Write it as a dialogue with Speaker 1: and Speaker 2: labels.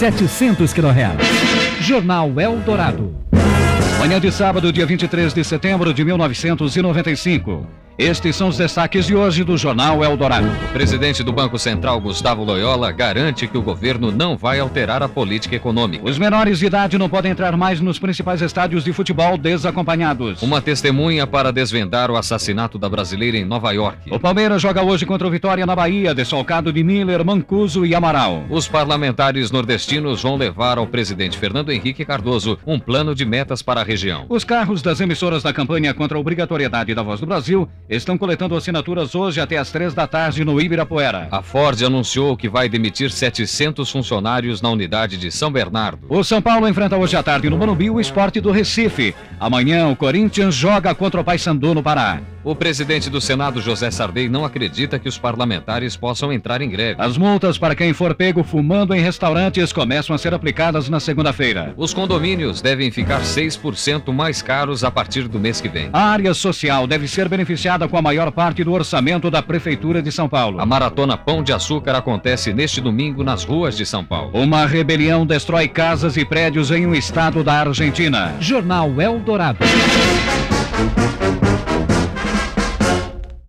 Speaker 1: 700 kHz. Jornal Eldorado.
Speaker 2: Manhã de sábado, dia 23 de setembro de 1995. Estes são os destaques de hoje do Jornal Eldorado.
Speaker 3: O presidente do Banco Central, Gustavo Loyola, garante que o governo não vai alterar a política econômica.
Speaker 2: Os menores de idade não podem entrar mais nos principais estádios de futebol desacompanhados.
Speaker 3: Uma testemunha para desvendar o assassinato da brasileira em Nova York.
Speaker 2: O Palmeiras joga hoje contra o Vitória na Bahia, desfalcado de Miller, Mancuso e Amaral.
Speaker 3: Os parlamentares nordestinos vão levar ao presidente Fernando Henrique Cardoso um plano de metas para a região.
Speaker 2: Os carros das emissoras da campanha contra a obrigatoriedade da Voz do Brasil estão coletando assinaturas hoje até às três da tarde no Ibirapuera.
Speaker 3: A Ford anunciou que vai demitir 700 funcionários na unidade de São Bernardo.
Speaker 2: O São Paulo enfrenta hoje à tarde no Morumbi o esporte do Recife. Amanhã o Corinthians joga contra o Paysandu no Pará.
Speaker 3: O presidente do Senado, José Sardei, não acredita que os parlamentares possam entrar em greve.
Speaker 2: As multas para quem for pego fumando em restaurantes começam a ser aplicadas na segunda-feira.
Speaker 3: Os condomínios devem ficar 6% mais caros a partir do mês que vem.
Speaker 2: A área social deve ser beneficiada com a maior parte do orçamento da Prefeitura de São Paulo.
Speaker 3: A maratona Pão de Açúcar acontece neste domingo nas ruas de São Paulo.
Speaker 2: Uma rebelião destrói casas e prédios em um estado da Argentina.
Speaker 1: Jornal Eldorado.